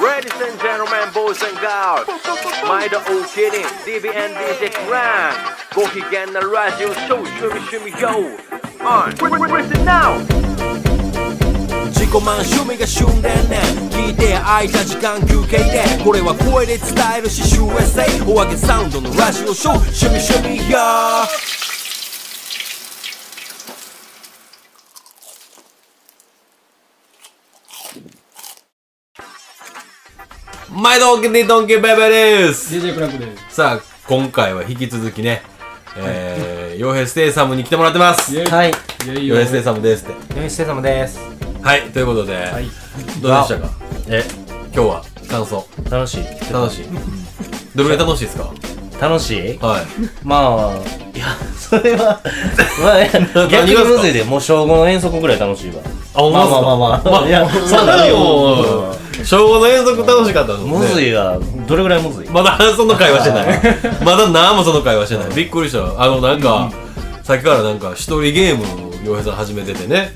Ladies and gentlemen, boys and girls 毎度お気に DBN DJ クランご機嫌なラジオショー趣味趣味 YO On Listen now 自己満趣味が旬でね聞いて空いた時間休憩でこれは声で伝えるし USA お揚げサウンドのラジオショー趣味趣味や毎度おけにどんけベベです。 DJ クラックです。さあ、今回は引き続きね、えー、洋平ステイサムに来てもらってます。洋はい。いよ平ステイサムですって。吉瀬様ですはい、ということで、いどうでしたかえ、今日は感想。楽しい楽しい。どれぐらい楽しいですか楽しいはい。まあいやそれは まあいや何が逆にむずいでもう小5の遠足ぐらい楽しいわあ、ほんまっすかまあまあまあまあいいや、やそそんうなだによも、小5の遠足楽しかったのむずい。いがどれぐらいむずいまだその会話してない。まだ何もその会話してない。びっくりした。あの、なんか、さっきからなんか、一人ゲームを洋平さん始めててね、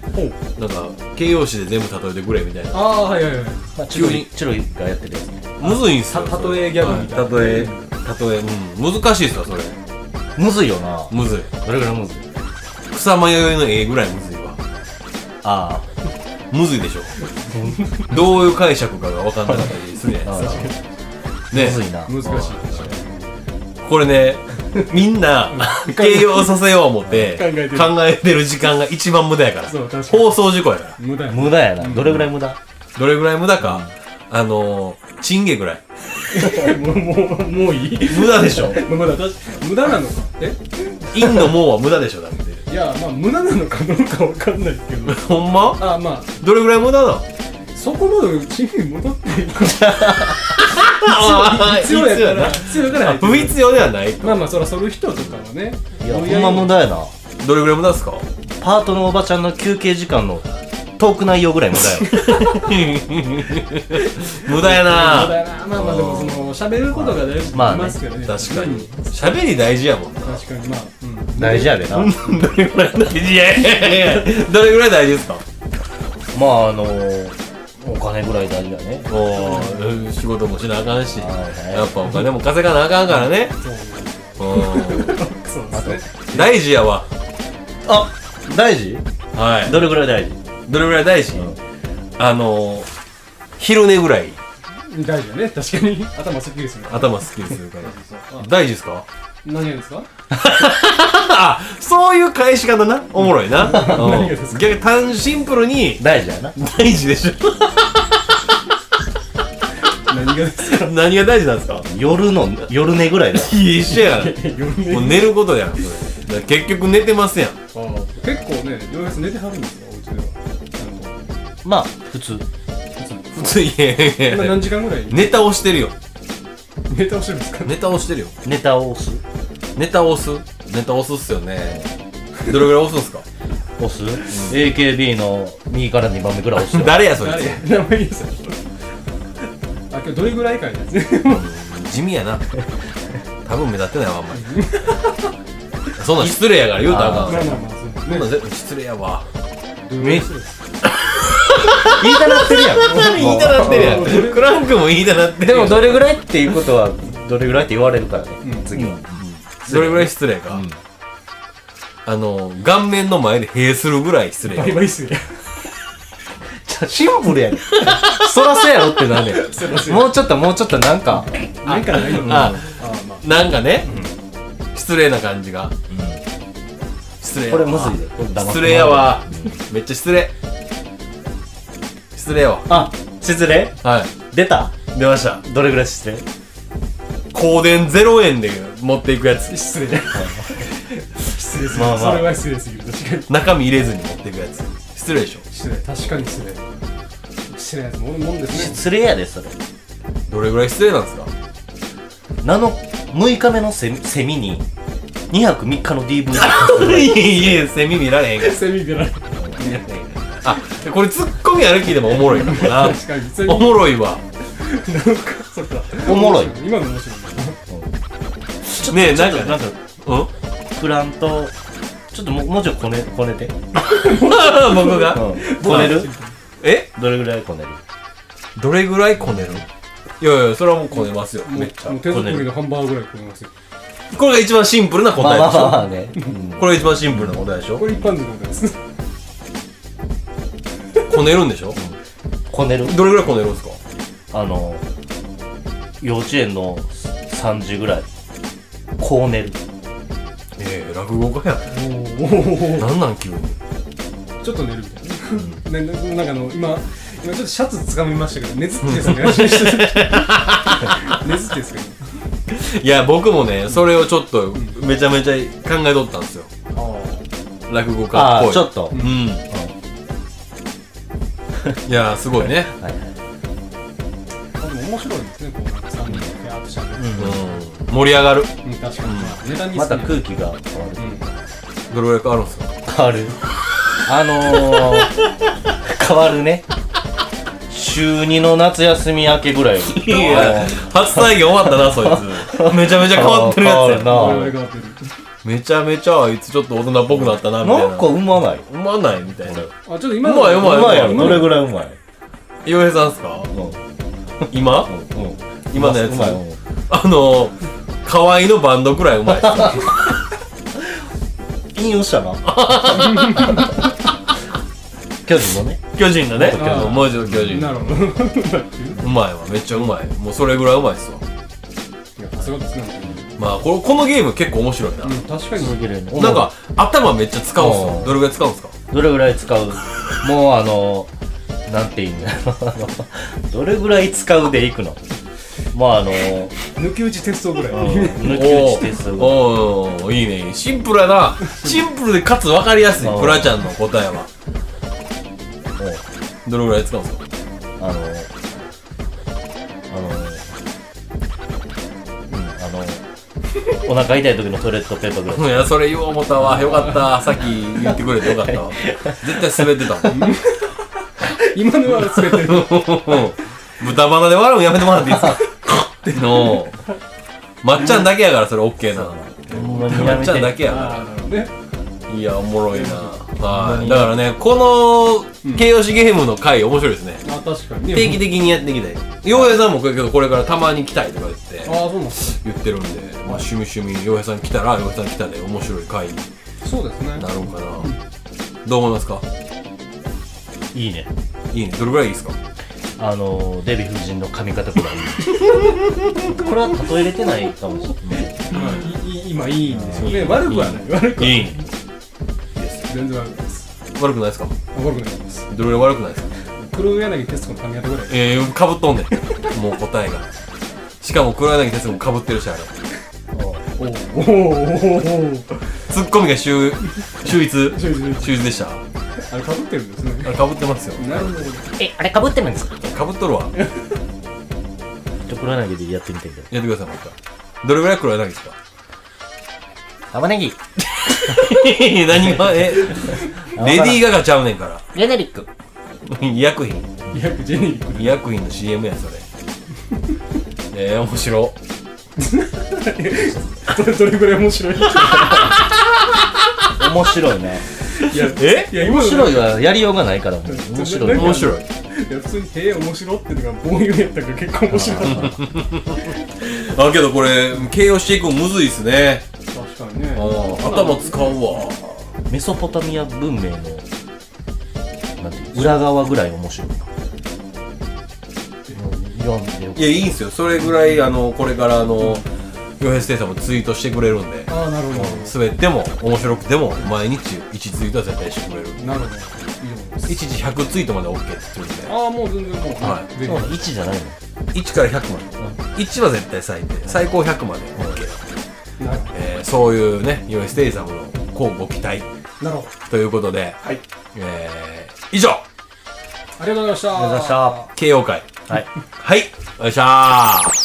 なんか、形容詞で全部例えてくれみたいな。ああ、はいはいはい。まあチュルイチュルイがやってるやつねむずいんすよ。それ例えギャグみたいなはい例え、例え、うん。難しいっすか、それ。むずいよなむずい。どれぐらいむずい草迷いの絵ぐらいむずいわ。あむずいでしょどういう解釈かが分かんなかったりするじゃあなあいですかあねむずいな難しい。これねみん な形容させよう思って考えてる考えてる時間が一番無駄やからそう確かに放送事故やから無駄や。無駄やなどれぐらい無駄どれぐらい無駄かあのーチンゲぐらいもう、もう、もういい無駄でしょ 無駄だ。無駄なのか。え陰の門は無駄でしょだっていや、まあ、無駄なのかどうかわかんないけど。ほんまああ、まどれぐらい無駄なのあ、そこまで地に戻っていく。あ必要やから。必必要やか要やらな不入ってくる。必要ではないまあまあ、そら、そる人とかはね。いやほんま無駄やなどれぐらい無駄ですかパートのおばちゃんの休憩時間のトーク内容ぐらい無駄や無駄や無駄なやな。まあまあ、でも、その、喋ることが大事って言いますから確ね。かに喋り大事やもんな確かに、まあ、うん。 大事やでな まどれぐらい大事いやいやいや どれぐらい大事ですかああのお金ぐらい大事やねもう仕事もしなあかんし、はいはいやっぱお金も稼がなあかんからねうんそうですね。大事やわあ大事はいどどれぐらい大事どれぐらい大事、あのー昼寝ぐらい大事だね。確かに。頭すっきりする。頭すっきりするから大事ですか何がですかあそういう返し方なおもろいな、うん、何がですか逆に単シンプルに大事やな 大事でしょ何がですか何が大事なんですか夜の夜寝ぐらいだいや一緒やから夜もうね寝ることやんそれだから結局寝てますやんあー結構ね、両日寝てはるんですよ、お家では。まあ普通普通いやいやい今や何時間ぐらいネタをしてるよ寝倒してるんですかネタをしてるよネタを押すネタ押すネタ押すっすよねどれぐらい押すんすか押す、AKB の右から2番目ぐらい押 すよ 誰やそい誰つ名前言いですよ。あ、今日どれぐらいかい ですね。地味や な多分目立ってないわあ んまりそんなん失礼やから言うたらあかんまわあまあまあ、そうでそすねんなん絶対失礼やわめ言いたなって るやん言いたなってるやんクランクも言いたなってるでやもんどれぐらいっていうことはどれぐらいって言われるからね、次はどれぐらい失礼か、あの顔面の前で閉するぐらい失礼バリバリっすね。じゃシンプルやねん そらそうやろってなんねんもうちょっともうちょっとなんかなんかないのああーまあ、なんかね、失礼な感じが、失礼やこわれむずいでこれ黙って失礼やわ、めっちゃ失礼失礼やわあ失礼はい出た出ましたどれぐらい失礼香典0円で持っていくやつ失礼だ。失礼すぎる。まあまあそれは失礼すぎる。確かに。中身入れずに持っていくやつ失礼でしょ失礼。確かに失礼。失礼なやつもおるもんですね。失礼やでそれどれぐらい失礼なんですかなの6日目のセミセミに2泊3日の DVD いやいやセミ見られへんからセミ出られる。あこれツッコミ歩きでもおもろいからな確かに。セミおもろいわなんか、そっか。おもろい今の面白いな。ねえなんかなんかうんプランとちょっとももうちょいこねこねて、 僕がこねるえどれぐらいこねるどれぐらいこねるいやいや、それはもうこねますよ。もめっちゃ。う手こ作ねりる。のハンバーグぐらい食えますよこれが一番シンプルな答まあえまであしょ。まあまあね。うんこれが一番シンプルな答えでしょこ。れ一般人のことですこねるんでしょ。こねるどれぐらいこねるんですかあの、幼稚園の3時ぐらい。こうねる。ええ、落語家や。なんなん急に。ちょっと寝るみたいな。ね、ななんかあの、今、今ちょっとシャツ掴みましたけど、ねずっちですね。ねずっちですけど。いや、僕もね、それをちょっと、めちゃめちゃ考えとったんですよ。落語家っあぽあ、い。ちょっと。うん。いや、すごいね。はいはいあでも面白いですね、こう、なんか3人でペアッとしゃべる。うん。盛り上がる。うん、確かに。ネタにまたく空気が変わる。どれぐらい変わるんですか変わる。あのー、 変わるね。週2の夏休み明けぐらい。いいや、初体験終わったな、そい つ。めちゃめちゃ変わってるやつや。我々な。が合ってる。めちゃめちゃあいつちょっと大人っぽくなったな、みたいなな。んかうまない。うまないみたいな。あ、ちょっと今の。うまいうままいやろ。今のどれぐらいうまい洋平さんっすかうんうん今うん今のやつうまいうんあの、河合のバンドくらいうまいっす。引用した な。 巨人のね。巨人だね。あーもう一度巨人。なるほど。いうまいわ。めっちゃうまい。もうそれぐらいうまいっすわ。や、さすがですね。まあ、これこのゲーム結構面白いな。うん、確かに。なんか、頭めっちゃ使うんすおよ。うどれぐらい使うんすかどれぐらい使うもうあの、なんていうんだ ろうあのどれぐらい使うでいくのまああの、抜き打ちテストぐらい。うんう抜き打ちテストがおーおーいいね。シンプルやな。シンプルでかつ分かりやすい。おうプラちゃんの答えは。どれぐらい使うんすかあの、あの、うん、あの、お腹痛い時のトイレットペーパーぐらい。いや、それ言おう思ったわ。よかった。さっき言ってくれてよかったわ。絶対滑ってたもん。今のは全て。うん豚鼻で笑うのやめてもらっていいです かってのまっちゃんだけやからそれオッケーなほんま にやまっめちゃてんだけやああ、かなるほどね。らいやおもろいなはいだからねこの形容詞ゲームの回面白いですねあ、確かにね。定期的にやっていきたい洋平さんもこれこれからたまに来たいとか言ってああ、そうなんですね言ってるんでまあ趣味趣味洋平さん来たら洋平さん来たで面白い回にそうですね。なるんかなどう思いますかいいね。いいねどれぐらいいいですかあの、デヴィ夫人の髪型 ぐらい。これは例え入れてないかもしれない。まあいいいい今いいんですよね。悪くはない。悪くはない。いいね全然悪くないです。悪くないですかあ悪くないです。どれぐらい悪くないですか黒柳徹子の髪型ぐらいえー、かぶっとんねん もう答えがしかも黒柳哲もかぶってるしあれおおおおおツッコミが秀秀逸秀逸秀逸でしたあれかぶってるんですあねれかぶってますよなるほどえ、あれ被ってないんですかかぶっとるわやってちょ、黒柳でやってみてんだよ。くださいもう一回どれぐらい黒柳ですか玉ねぎ、 何 がえレディー・ガガちゃうねんかレネリック。ら医薬品200ジェネリック医薬品の CM やそれえー、面白でどれどれぐらい面白い面白いね。いやえいや今面の白いはやりようがないから、もう面白い。面白いいや普通に「へえ面白」っていうのが棒読みやったから結構面白かっあけどこれ形容していくのむずいっすねた確かにねあー頭使うわメソポタミア文明の、なんていう裏側ぐらい面白いな。読んでよいや、いいんすよ。それぐらい、あの、これから、あの、洋平ステイさんもツイートしてくれるんで、ああなるほ滑っても、面白くても、毎日1ツイートは絶対してくれる。どなるほどいいと思いま1す日100ツイートまで OK って言ってるんで、ああもう全然もうはぜそうなの位置じゃないの。 1から100まで。1は絶対最低。最高100まで OK。ひなるほえー、そういうね、洋平ステイさんのこうご期待どなるほどということで、はいえー、以上ありがとうございましたありがとうございました慶応会はい。はいよいしょー